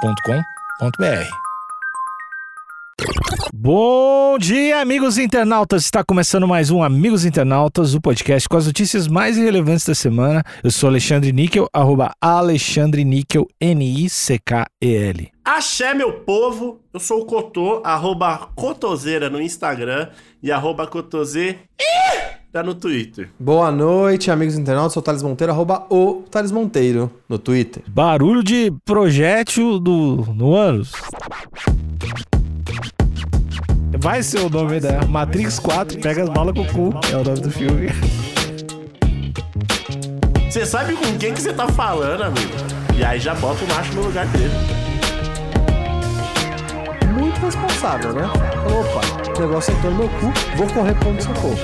agenciadepodcast.com.br. Bom dia, amigos internautas! Está começando mais um Amigos Internautas, o podcast com as notícias mais relevantes da semana. Eu sou Alexandre Níquel, arroba Alexandre Níquel, N-I-C-K-E-L. Axé, meu povo! Eu sou o Cotô, arroba Cotoseira no Instagram e arroba Cotose... Tá no Twitter. Boa noite, amigos internautas. Sou o Thales Monteiro, arroba o Thales Monteiro no Twitter. Barulho de projétil do, no ânus. Vai ser o nome da Matrix 4, pega as balas com o cu, é o nome do filme. Você sabe com quem que você tá falando, amigo? E aí já bota o macho no lugar dele. Muito responsável, né? Opa, o negócio entrou no meu cu, vou correr pra onde socorro.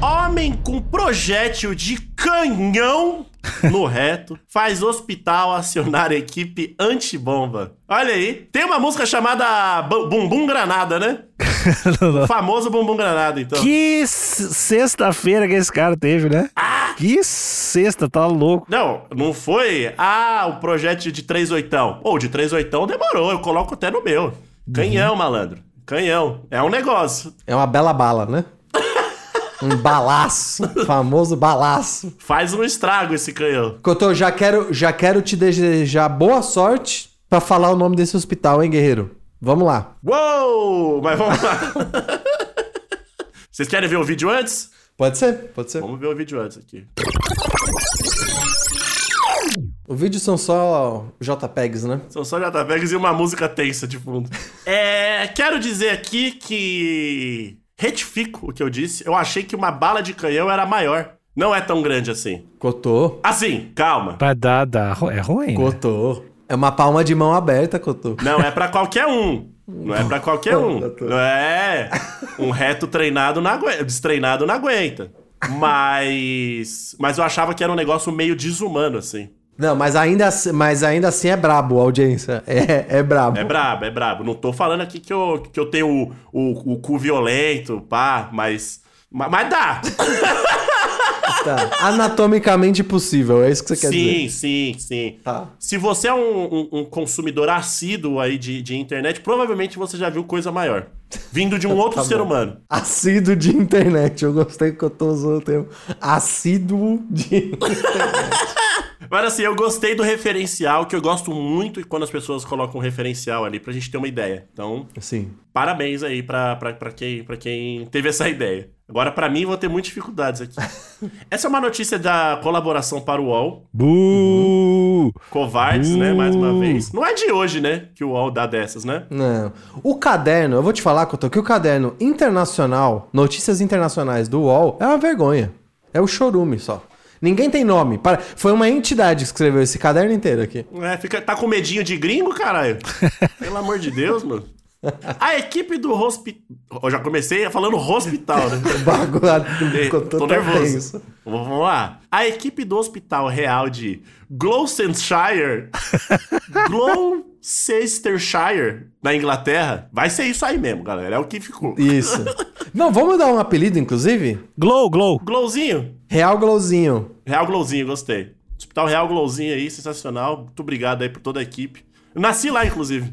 Homem com projétil de canhão no reto faz hospital acionar equipe antibomba. Olha aí. Tem uma música chamada Bu- Bumbum Granada, né? O famoso Bumbum Granada, então. Que s- sexta-feira que esse cara teve, né? Que sexta, tá louco. Não, não foi. Ah, o projeto de 3 oitão. Ou de 3 oitão demorou, eu coloco até no meu. Canhão, malandro. Canhão. É um negócio. É uma bela bala, né? Um balaço, famoso balaço. Faz um estrago esse canhão. Cotô, já quero, já quero te desejar boa sorte pra falar o nome desse hospital, hein, guerreiro? Vamos lá. Uou! Mas vamos lá. Vocês querem ver o vídeo antes? Pode ser? Pode ser. Vamos ver o vídeo antes aqui. O vídeo são só JPEGs, né? São só JPEGs e uma música tensa de fundo. É, quero dizer aqui que. Retifico o que eu disse. Eu achei que uma bala de canhão era maior. Não é tão grande assim. Cotô, Assim, calma. Vai dar, dá, ru- é ruim. né? Cotô. É uma palma de mão aberta, Cotô. Não é pra qualquer um. Não é pra qualquer um. Não é. Um reto treinado não aguenta. Destreinado não aguenta. Mas. Mas eu achava que era um negócio meio desumano, assim. Não, mas ainda, assim- mas ainda assim é brabo a audiência. É, é brabo. É brabo, é brabo. Não tô falando aqui que eu, que eu tenho o, o, o cu violento, pá, mas. ma- Mas dá! Tá. Anatomicamente possível, é isso que você quer dizer. Sim, sim, sim. Tá. Se você é um, um- um consumidor assíduo aí de, de internet, provavelmente você já viu coisa maior. Vindo de um outro ser Tá bom. humano. Assíduo de internet. Eu gostei que eu tô usando o termo. Assíduo de. Agora assim, eu gostei do referencial, que eu gosto muito quando as pessoas colocam um referencial ali pra gente ter uma ideia. Então, Sim. parabéns aí pra, pra, pra, quem, pra quem teve essa ideia. Agora, pra mim, vou ter muitas dificuldades aqui. essa é uma notícia da colaboração para o UOL. Bu! Covardes, né? Uh. Mais uma vez. Não é de hoje, né? Que o UOL dá dessas, né? Não. O caderno, eu vou te falar, Couto, que o caderno internacional, notícias internacionais do UOL, é uma vergonha. É o chorume só. Ninguém tem nome. Para- Foi uma entidade que escreveu esse caderno inteiro aqui. É, fica, tá com medinho de gringo, caralho? Pelo amor de Deus, mano. A equipe do hospital. Eu já comecei falando hospital, né? Bagulho. Ei, Couto Tô tá nervoso. tenso. Vamos vamos lá. A equipe do Hospital Real de Gloucestershire, Gloucestershire, na Inglaterra, vai ser isso aí mesmo, galera. É o que ficou. Isso. Não, vamos dar um apelido, inclusive? Glow, glow. Glowzinho? Real Glowzinho. Real Glowzinho, gostei. Hospital Real Glowzinho aí, sensacional. Muito obrigado aí por toda a equipe. Eu nasci lá, inclusive.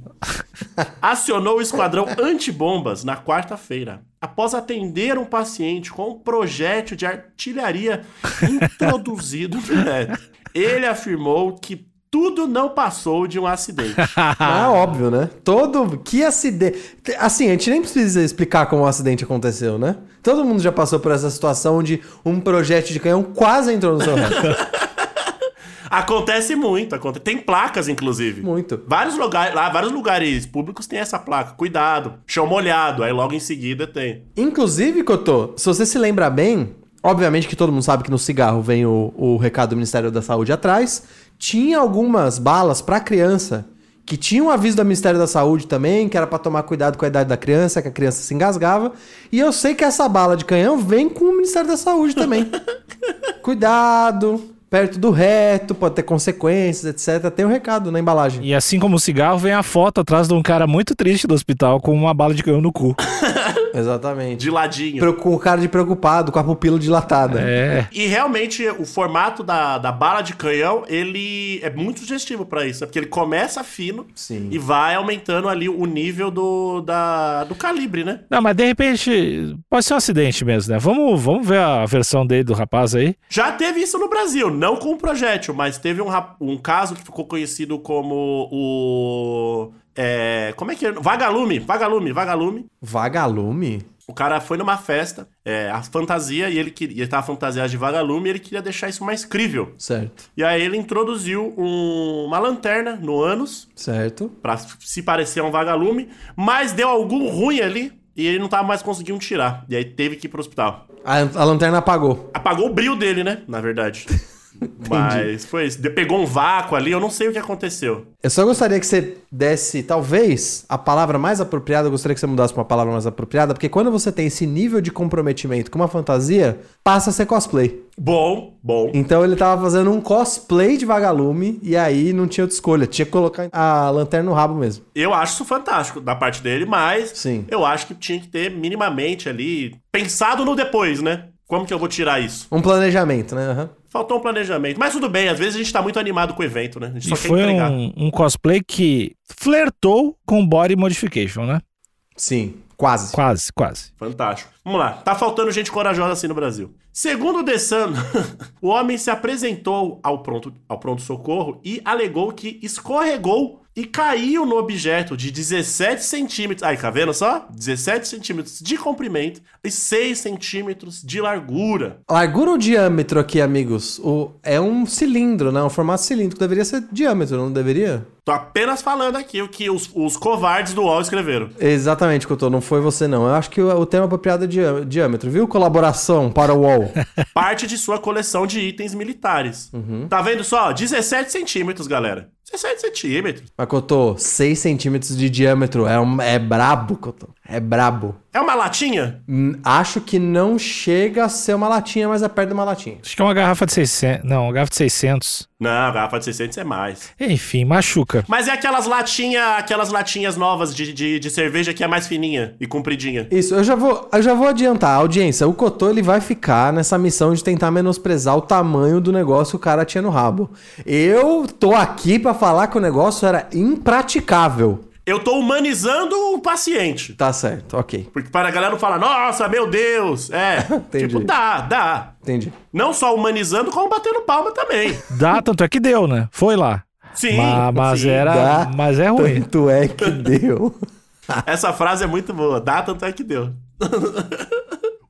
Acionou o esquadrão antibombas na quarta-feira, após atender um paciente com um projétil de artilharia introduzido no reto. Ele afirmou que tudo não passou de um acidente. Ah, óbvio, né? Todo. Que acidente. Assim, a gente nem precisa explicar como o acidente aconteceu, né? Todo mundo já passou por essa situação onde um projétil de canhão quase entrou no seu reto. Acontece muito, aconte- tem placas, inclusive. Muito. Vários lugares, lá, vários lugares públicos tem essa placa. Cuidado, chão molhado. Aí logo em seguida tem. Inclusive, Cotô, se você se lembra bem, obviamente que todo mundo sabe que no cigarro vem o, o recado do Ministério da Saúde atrás. Tinha algumas balas pra criança que tinha um aviso do Ministério da Saúde também, que era pra tomar cuidado com a idade da criança, que a criança se engasgava. E eu sei que essa bala de canhão vem com o Ministério da Saúde também. cuidado, perto do reto, pode ter consequências, etc. Tem um recado na embalagem. E assim como o cigarro, vem a foto atrás de um cara muito triste do hospital com uma bala de canhão no cu. Exatamente. de ladinho. Preo- Com o cara de preocupado, com a pupila dilatada. É. E realmente o formato da, da bala de canhão, ele é muito sugestivo pra isso, né? porque ele começa fino Sim. e vai aumentando ali o nível do, da, do calibre, né? Não, mas de repente pode ser um acidente mesmo, né? Vamos, vamos ver a versão dele do rapaz aí. Já teve isso no Brasil, não com o projétil, mas teve um, rap- um caso que ficou conhecido como o. É, como é que é? Vagalume, vagalume, vagalume. Vagalume? O cara foi numa festa, é, a fantasia, e ele queria. Ele tava fantasiado de vagalume e ele queria deixar isso mais crível. Certo. E aí ele introduziu um- uma lanterna no ânus, Certo. pra se parecer a um vagalume, mas deu algum ruim ali e ele não tava mais conseguindo tirar. E aí teve que ir pro hospital. A, a lanterna apagou. Apagou o brilho dele, né? Na verdade. Mas foi isso. De- Pegou um vácuo ali, eu não sei o que aconteceu. Eu só gostaria que você desse, talvez, a palavra mais apropriada. Eu gostaria que você mudasse pra uma palavra mais apropriada, porque quando você tem esse nível de comprometimento com uma fantasia, passa a ser cosplay. Bom, bom. Então ele tava fazendo um cosplay de vagalume e aí não tinha outra escolha. Tinha que colocar a lanterna no rabo mesmo. Eu acho isso fantástico da parte dele, mas Sim. eu acho que tinha que ter minimamente ali pensado no depois, né? Como que eu vou tirar isso? Um planejamento, né? Aham. Faltou um planejamento. Mas tudo bem, às vezes a gente tá muito animado com o evento, né? A gente e só quer foi entregar. um, um cosplay que flertou com body modification, né? Sim, quase. Quase, quase. Fantástico. Vamos lá. Tá faltando gente corajosa assim no Brasil. Segundo o The Sun, o homem se apresentou ao pronto, ao pronto socorro e alegou que escorregou e caiu no objeto de 17 centímetros. Aí, tá vendo só? 17 centímetros de comprimento e 6 centímetros de largura. Largura ou diâmetro aqui, amigos? O, é um cilindro, né? Um formato cilíndrico. Deveria ser diâmetro, não deveria? Tô apenas falando aqui o que os, os covardes do UOL escreveram. Exatamente, Couto. Não foi você, não. Eu acho que o, o tema apropriado é diâ- diâmetro, viu? Colaboração para o UOL. parte de sua coleção de itens militares. Tá vendo só? 17 centímetros, galera. 17 centímetros. Mas, Couto, 6 centímetros de diâmetro. É, um- é brabo, Couto. É brabo. É uma latinha? Hum, Acho que não chega a ser uma latinha, mas é perto de uma latinha. Acho que é uma garrafa de 600. Não, uma garrafa de 600. Não, a garrafa de 600 é mais. Enfim, machuca. Mas é aquelas latinhas, aquelas latinhas novas de, de, de cerveja que é mais fininha e compridinha. Isso, eu já vou, eu já vou adiantar, audiência. O Cotô ele vai ficar nessa missão de tentar menosprezar o tamanho do negócio que o cara tinha no rabo. Eu tô aqui pra falar que o negócio era impraticável. Eu tô humanizando o paciente. Tá certo, ok. Porque para a galera não falar, nossa, meu Deus. É, Entendi. tipo, dá, dá. Entendi. Não só humanizando, como batendo palma também. Dá, tanto é que deu, né? Foi lá. Sim, Ma- mas sim. era. Dá. Mas é ruim. Tanto é que deu. Essa frase é muito boa. Dá tanto é que deu.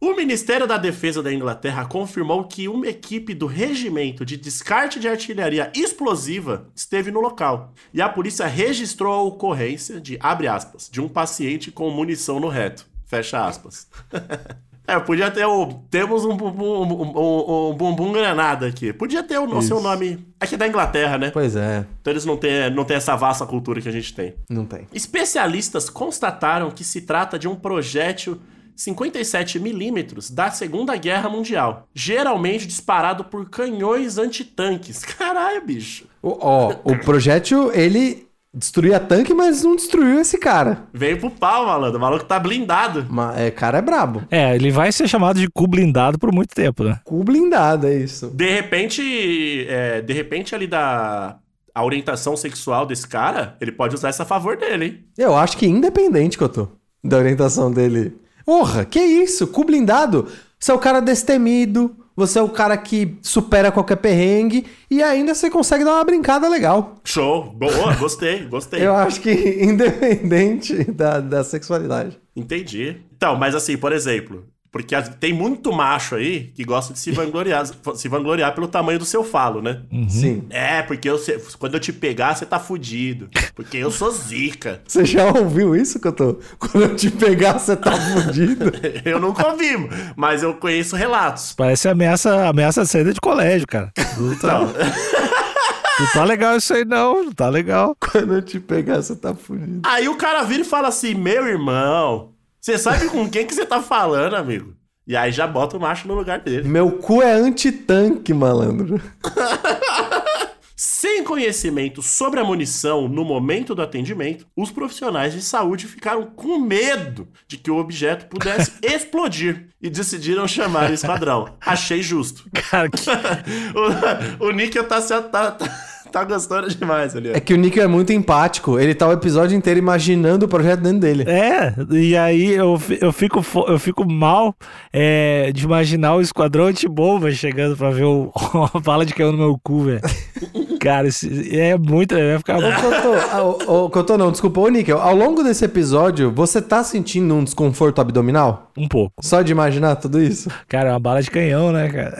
O Ministério da Defesa da Inglaterra confirmou que uma equipe do Regimento de Descarte de Artilharia Explosiva esteve no local. E a polícia registrou a ocorrência de, abre aspas, de um paciente com munição no reto. Fecha aspas. É, podia ter o. Temos um bumbum, um- um- um bumbum granada aqui. Podia ter o, o seu Isso. nome. É que é da Inglaterra, né? Pois é, Então eles não têm, não têm essa vasta cultura que a gente tem. não tem. Especialistas constataram que se trata de um projétil 57mm da Segunda Guerra Mundial, geralmente disparado por canhões antitanques. Caralho, bicho. O- Ó, o projétil, ele destruía tanque, mas não destruiu esse cara. Veio pro pau, malandro. O maluco tá blindado. Mas, é, cara é brabo. É, ele vai ser chamado de cu blindado por muito tempo, né? Cu blindado, é isso. De repente, é, de repente ali da a orientação sexual desse cara, ele pode usar isso a favor dele, hein? Eu acho que independente que eu tô da orientação dele. Porra, que isso? Cu blindado? Você é o cara destemido, você é o cara que supera qualquer perrengue e ainda você consegue dar uma brincada legal. Show. Boa, gostei, gostei. Eu acho que independente da, da sexualidade. Entendi. Então, mas assim, por exemplo, porque as- tem muito macho aí que gosta de se vangloriar, se vangloriar pelo tamanho do seu falo, né? Sim. É, porque eu se- quando eu te pegar, você tá fudido. Porque eu sou zica. Você já ouviu isso que eu tô? Quando eu te pegar, você tá fudido. Eu nunca ouvi, mas eu conheço relatos. Parece ameaça, ameaça de saída de colégio, cara. Não tá, Então, não tá legal isso aí, não. Não tá legal. Quando eu te pegar, você tá fudido. aí o cara vira e fala assim: Meu irmão, você sabe com quem que você tá falando, amigo? E aí já bota o macho no lugar dele. Meu cu é antitanque, malandro. Sem conhecimento sobre a munição no momento do atendimento, os profissionais de saúde ficaram com medo de que o objeto pudesse explodir e decidiram chamar o esquadrão. Achei justo. Cara, que... o, o Níquel tá, se- tá, tá, tá gostando demais ali. ó. É que o Nico é muito empático. Ele tá o episódio inteiro imaginando o projeto dentro dele. É, e aí eu, fi- eu, fico, fo- eu fico mal é, de imaginar o esquadrão antibomba chegando pra ver o, a bala de caiu no meu cu, velho. Cara, esse- é muito. Vai ficar Ô, Cotô, ah, ô, ô, Cotô, não, desculpa, ô, Níquel. Ao longo desse episódio, você tá sentindo um desconforto abdominal? um pouco. Só de imaginar tudo isso? Cara, é uma bala de canhão, né, cara?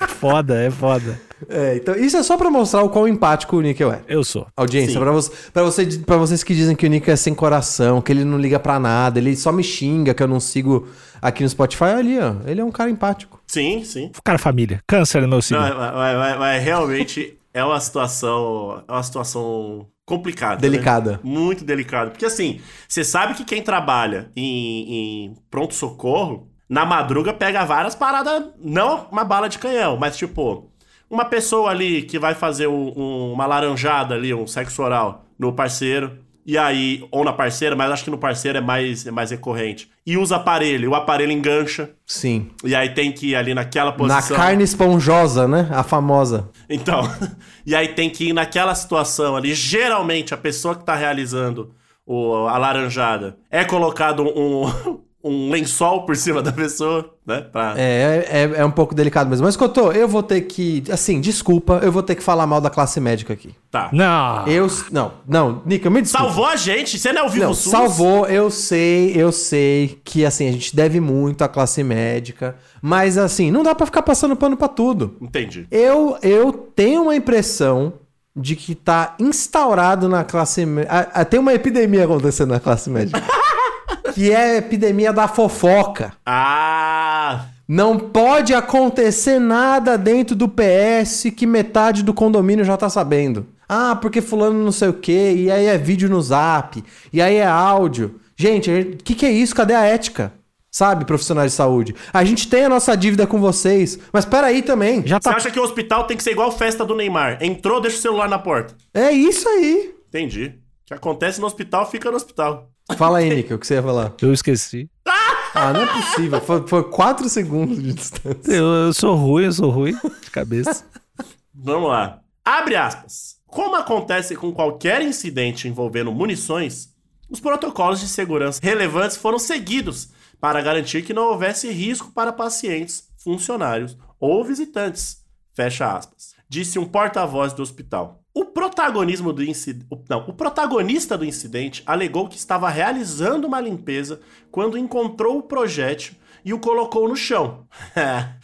É. foda, é foda. É, então, isso é só pra mostrar o quão empático o Níquel é. Eu sou. Audiência, Sim. pra, você, pra, você, pra vocês que dizem que o Nico é sem coração, que ele não liga pra nada, ele só me xinga, que eu não sigo aqui no Spotify, olha ali, ó. Ele é um cara empático. Sim, sim. Cara, família. Câncer no meu Não, é, signo. mas, mas- mas- mas realmente é uma situação. É uma situação complicada. né? Delicada. Muito delicada. Porque assim, você sabe que quem trabalha em, em pronto-socorro, na madruga pega várias paradas, não uma bala de canhão, mas tipo, uma pessoa ali que vai fazer um- um- uma laranjada ali, um sexo oral no parceiro. E aí, ou na parceira, mas acho que no parceiro é mais, é mais recorrente. E usa aparelho, o aparelho engancha. Sim. E aí tem que ir ali naquela Na posição. carne esponjosa, né? A famosa. Então, e aí tem que ir naquela situação ali. Geralmente, a pessoa que tá realizando o, a laranjada é colocado um, um lençol por cima da pessoa, né? Pra... É, é, é um pouco delicado mesmo. Mas, Cotô, eu vou ter que. Assim, desculpa, eu vou ter que falar mal da classe médica aqui. Tá. Não. Eu. Não, não, Nico, me desculpa. Salvou a gente? Você não é o Vivo Não, SUS? salvou, eu sei, eu sei que assim, a gente deve muito à classe médica, mas assim, não dá pra ficar passando pano pra tudo. Entendi. Eu, eu tenho uma impressão de que tá instaurado na classe médica. Tem uma epidemia acontecendo na classe médica. que é a epidemia da fofoca. Ah! Não pode acontecer nada dentro do PS que metade do condomínio já tá sabendo. Ah, porque fulano não sei o quê, e aí é vídeo no zap, e aí é áudio. Gente, o que, que é isso? Cadê a ética? Sabe, profissionais de saúde? A gente tem a nossa dívida com vocês, mas peraí também. Já Você tá. acha que o hospital tem que ser igual festa do Neymar? Entrou, deixa o celular na porta. É isso aí. Entendi. O que acontece no hospital, fica no hospital. Fala aí, Nick, o que você ia falar? Eu esqueci. Ah, não é possível. Foi, foi quatro segundos de distância. Eu, eu sou ruim, eu sou ruim de cabeça. Vamos lá. Abre aspas. Como acontece com qualquer incidente envolvendo munições, os protocolos de segurança relevantes foram seguidos para garantir que não houvesse risco para pacientes, funcionários ou visitantes. Fecha aspas. Disse um porta-voz do hospital. O protagonismo do inci- o- não, o protagonista do incidente alegou que estava realizando uma limpeza quando encontrou o projétil e o colocou no chão.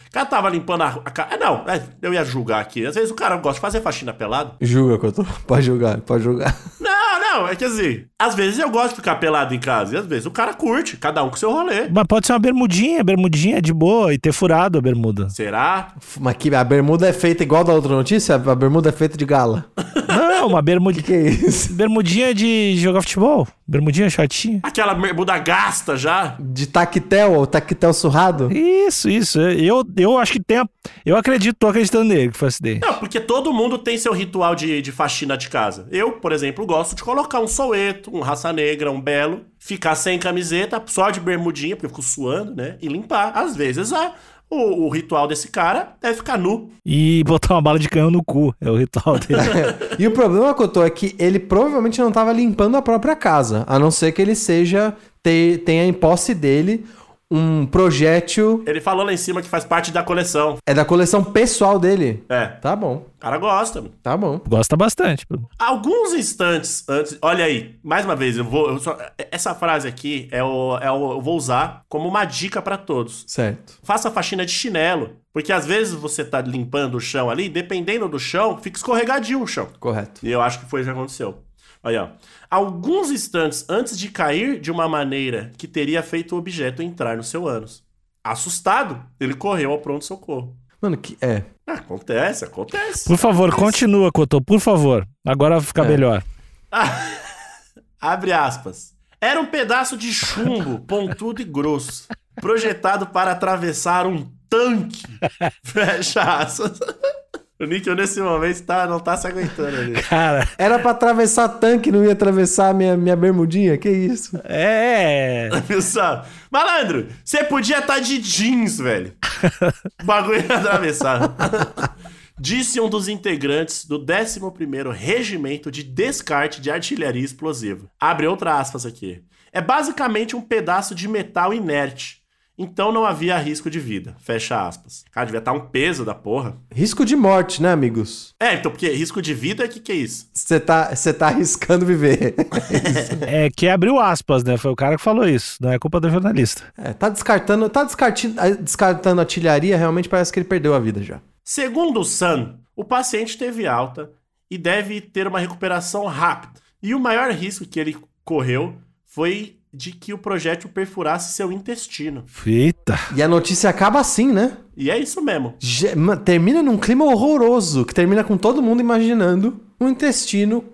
o cara tava limpando a, a ca- Ah, Não, é, eu ia julgar aqui. Às vezes o cara gosta de fazer faxina pelado. Julga, Cotô. Pode julgar, pode julgar. Não, não, é que assim, às vezes eu gosto de ficar pelado em casa, e às vezes o cara curte, cada um com seu rolê. Mas pode ser uma bermudinha, bermudinha de boa e ter furado a bermuda. Será? Mas que a bermuda é feita igual da outra notícia? A bermuda é feita de gala. Não, uma bermudinha. O que é isso? Bermudinha de jogar futebol. Bermudinha shortinha. Aquela bermuda gasta já? De taquetel, ou taquetel surrado? Isso, isso. Eu, eu acho que tem. a- Eu acredito, tô acreditando nele que foi um acidente. Não, porque todo mundo tem seu ritual de, de faxina de casa. Eu, por exemplo, gosto de colocar um soeto, um raça negra, um belo, ficar sem camiseta, só de bermudinha, porque eu fico suando, né? E limpar. Às vezes, ah, o, o ritual desse cara é ficar nu. E botar uma bala de canhão no cu. É o ritual dele. É. E o problema, Cotô, é que ele provavelmente não estava limpando a própria casa. A não ser que ele seja. te- tenha em posse dele um projétil. Ele falou lá em cima que faz parte da coleção. É da coleção pessoal dele. É, Tá bom, o cara gosta, mano. tá bom. Gosta bastante. Alguns instantes antes. Olha aí, mais uma vez, eu vou. eu só- essa frase aqui é o, é o- eu vou usar como uma dica pra todos. Certo. Faça faxina de chinelo. Porque às vezes você tá limpando o chão ali, dependendo do chão, fica escorregadio o chão. Correto. E eu acho que foi o que aconteceu. Aí, ó. Alguns instantes antes de cair de uma maneira que teria feito o objeto entrar no seu ânus. Assustado, ele correu ao pronto-socorro. Mano, que. É. Acontece, acontece. Por favor, continua, Cotô. Por favor. Agora fica melhor. Abre aspas. Era um pedaço de chumbo pontudo e grosso, projetado para atravessar um tanque. Fecha aspas. O Níquel, nesse momento, tá, não tá se aguentando ali. Cara, Era pra atravessar tanque, não ia atravessar minha, minha bermudinha? Que isso? é. Pessoal, malandro, você podia estar de jeans, velho. O bagulho ia atravessar. Disse um dos integrantes do 11º Regimento de Descarte de Artilharia Explosiva. Abre outra aspas aqui. É basicamente um pedaço de metal inerte. Então não havia risco de vida. Fecha aspas. Cara, devia estar um peso da porra. Risco de morte, né, amigos? É, então, porque risco de vida, o que, que é isso? Você tá, cê tá arriscando viver. É que abriu aspas, né? Foi o cara que falou isso. Não é culpa do jornalista. É, tá descartando, tá descarti- descartando artilharia, realmente parece que ele perdeu a vida já. Segundo o Sun, o paciente teve alta e deve ter uma recuperação rápida. E o maior risco que ele correu foi de que o projétil perfurasse seu intestino. Eita. E a notícia acaba assim, né? E é isso mesmo. Ge- ma- Termina num clima horroroso, que termina com todo mundo imaginando um intestino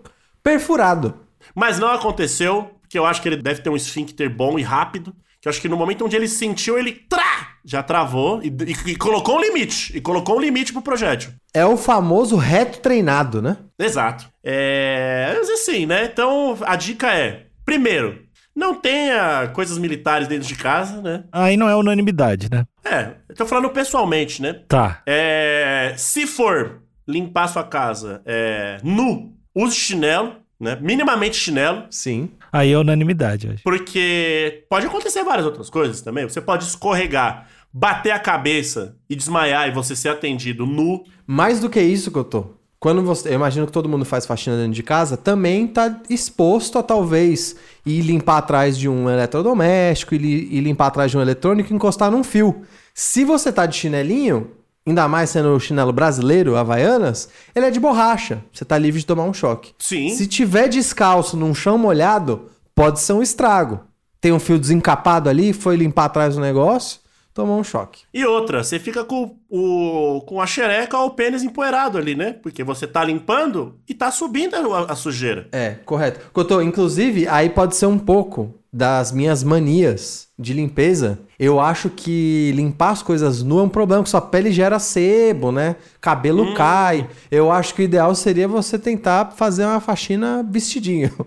perfurado. Mas não aconteceu, porque eu acho que ele deve ter um esfíncter bom e rápido. Que eu acho que no momento onde ele sentiu, ele trá, já travou e, e- e colocou um limite. E colocou um limite pro projétil. É o famoso reto treinado, né? Exato. É. Mas assim, né? Então a dica é: primeiro, não tenha coisas militares dentro de casa, né? Aí não é unanimidade, né? É, eu tô falando pessoalmente, né? Tá. É, se for limpar sua casa é, nu, use chinelo, né? Minimamente chinelo, Sim. Aí é unanimidade, eu acho. porque pode acontecer várias outras coisas também. Você pode escorregar, bater a cabeça e desmaiar e você ser atendido nu. Mais do que isso que eu tô. Quando você, eu imagino que todo mundo faz faxina dentro de casa, também tá exposto a talvez ir limpar atrás de um eletrodoméstico, ir, li- ir limpar atrás de um eletrônico e encostar num fio. Se você tá de chinelinho, ainda mais sendo o chinelo brasileiro, Havaianas, ele é de borracha. Você tá livre de tomar um choque. Sim. Se tiver descalço num chão molhado, pode ser um estrago. Tem um fio desencapado ali, foi limpar atrás do negócio, tomou um choque. E outra, você fica com, o, com a xereca ou o pênis empoeirado ali, né? Porque você tá limpando e tá subindo a, a sujeira. É, correto. Cotô, inclusive, aí pode ser um pouco das minhas manias de limpeza. Eu acho que limpar as coisas nu é um problema, que sua pele gera sebo, né? Cabelo cai. Eu acho que o ideal seria você tentar fazer uma faxina vestidinho.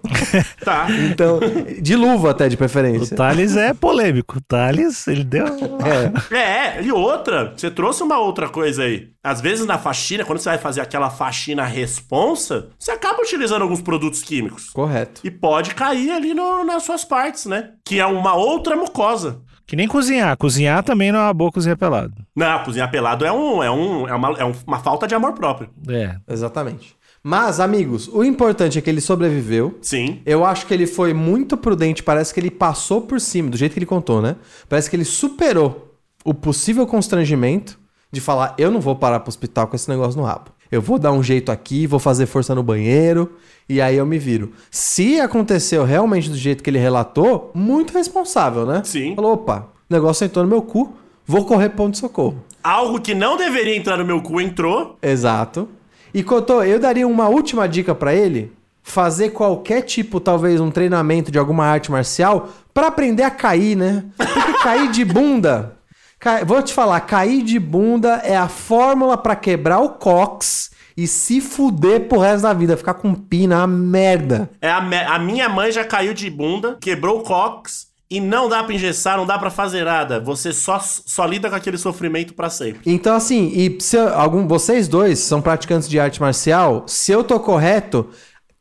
Tá. Então, de luva até, de O preferência. Thales é polêmico. O Thales, ele deu. É, É, e outra, você trouxe uma outra coisa aí. Às vezes na faxina, quando você vai fazer aquela faxina responsa, você acaba utilizando alguns produtos químicos. correto. E pode cair ali no- nas suas partes, né? Que é uma outra mucosa. Que nem cozinhar. Cozinhar também não é uma boa cozinhar pelado. Não, cozinhar pelado é, um, é, um, é, uma, é um- uma falta de amor próprio. É. Exatamente. Mas, amigos, o importante é que ele sobreviveu. Sim. Eu acho que ele foi muito prudente. Parece que ele passou por cima, do jeito que ele contou, né? Parece que ele superou o possível constrangimento de falar: eu não vou parar pro hospital com esse negócio no rabo. Eu vou dar um jeito aqui, vou fazer força no banheiro e aí eu me viro. Se aconteceu realmente do jeito que ele relatou, muito responsável, né? Sim. Falou: opa, o negócio entrou no meu cu, vou correr ponto de socorro. Algo que não deveria entrar no meu cu entrou. Exato. E Cotô, eu daria uma última dica pra ele: fazer qualquer tipo, talvez um treinamento de alguma arte marcial pra aprender a cair, né? Porque cair de bunda. ca- Vou te falar, cair de bunda é a fórmula pra quebrar o cox e se fuder pro resto da vida, ficar com pina, a merda. É a, me- a minha mãe já caiu de bunda, quebrou o cox e não dá pra engessar, não dá pra fazer nada. Você só, só lida com aquele sofrimento pra sempre. Então, assim, e se eu- algum, vocês dois são praticantes de arte marcial, se eu tô correto,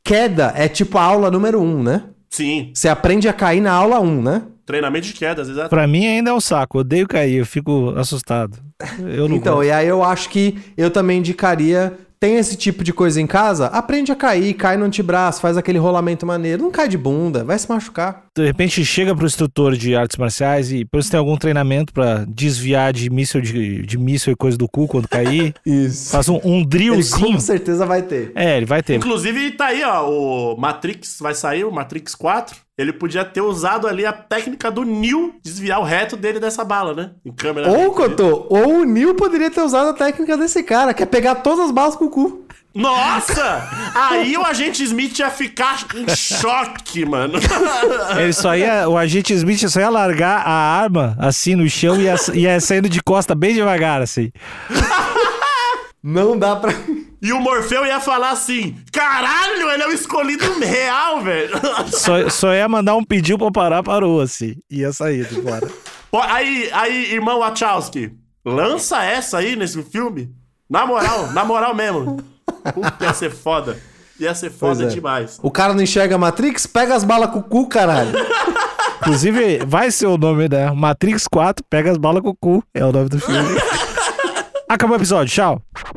queda é tipo a aula número um, né? Sim. Você aprende a cair na aula 1, né? Treinamento de quedas, exato. Pra mim ainda é um saco. Eu odeio cair. Eu fico assustado. Eu não Então, gosto. e aí eu acho que eu também indicaria. Tem esse tipo de coisa em casa? Aprende a cair, cai no antebraço, faz aquele rolamento maneiro. Não cai de bunda, vai se machucar. De repente chega pro instrutor de artes marciais e pelo menos tem algum treinamento pra desviar de míssil, de, de míssil e coisa do cu quando cair. Isso. Faz um, um Ele drillzinho. com certeza vai ter. É, ele vai ter. Inclusive, tá aí, ó, o Matrix vai sair, o Matrix 4. Ele podia ter usado ali a técnica do Neo, desviar o reto dele dessa bala, né? Em câmera. Ou, lenta. Cotô, ou o Neil poderia ter usado a técnica desse cara, que é pegar todas as balas com o cu. Nossa! aí o agente Smith ia ficar em choque, mano. Ele só ia, o agente Smith só ia largar a arma assim no chão e ia, ia saindo de costa bem devagar, assim. Não dá pra. E o Morfeu ia falar assim: caralho, ele é o escolhido real, velho. Só, só ia mandar um pedido pra parar, parou, assim. Ia sair de fora. Pô, Aí, aí, irmão Wachowski, lança essa aí nesse filme. Na moral, na moral mesmo. Puta, ia ser foda. Ia ser Pois foda é. demais. O cara não enxerga a Matrix? Pega as balas com o cu, caralho. Inclusive, vai ser o nome, né? Matrix 4, pega as balas com o cu. É o nome do filme. Acabou o episódio, tchau.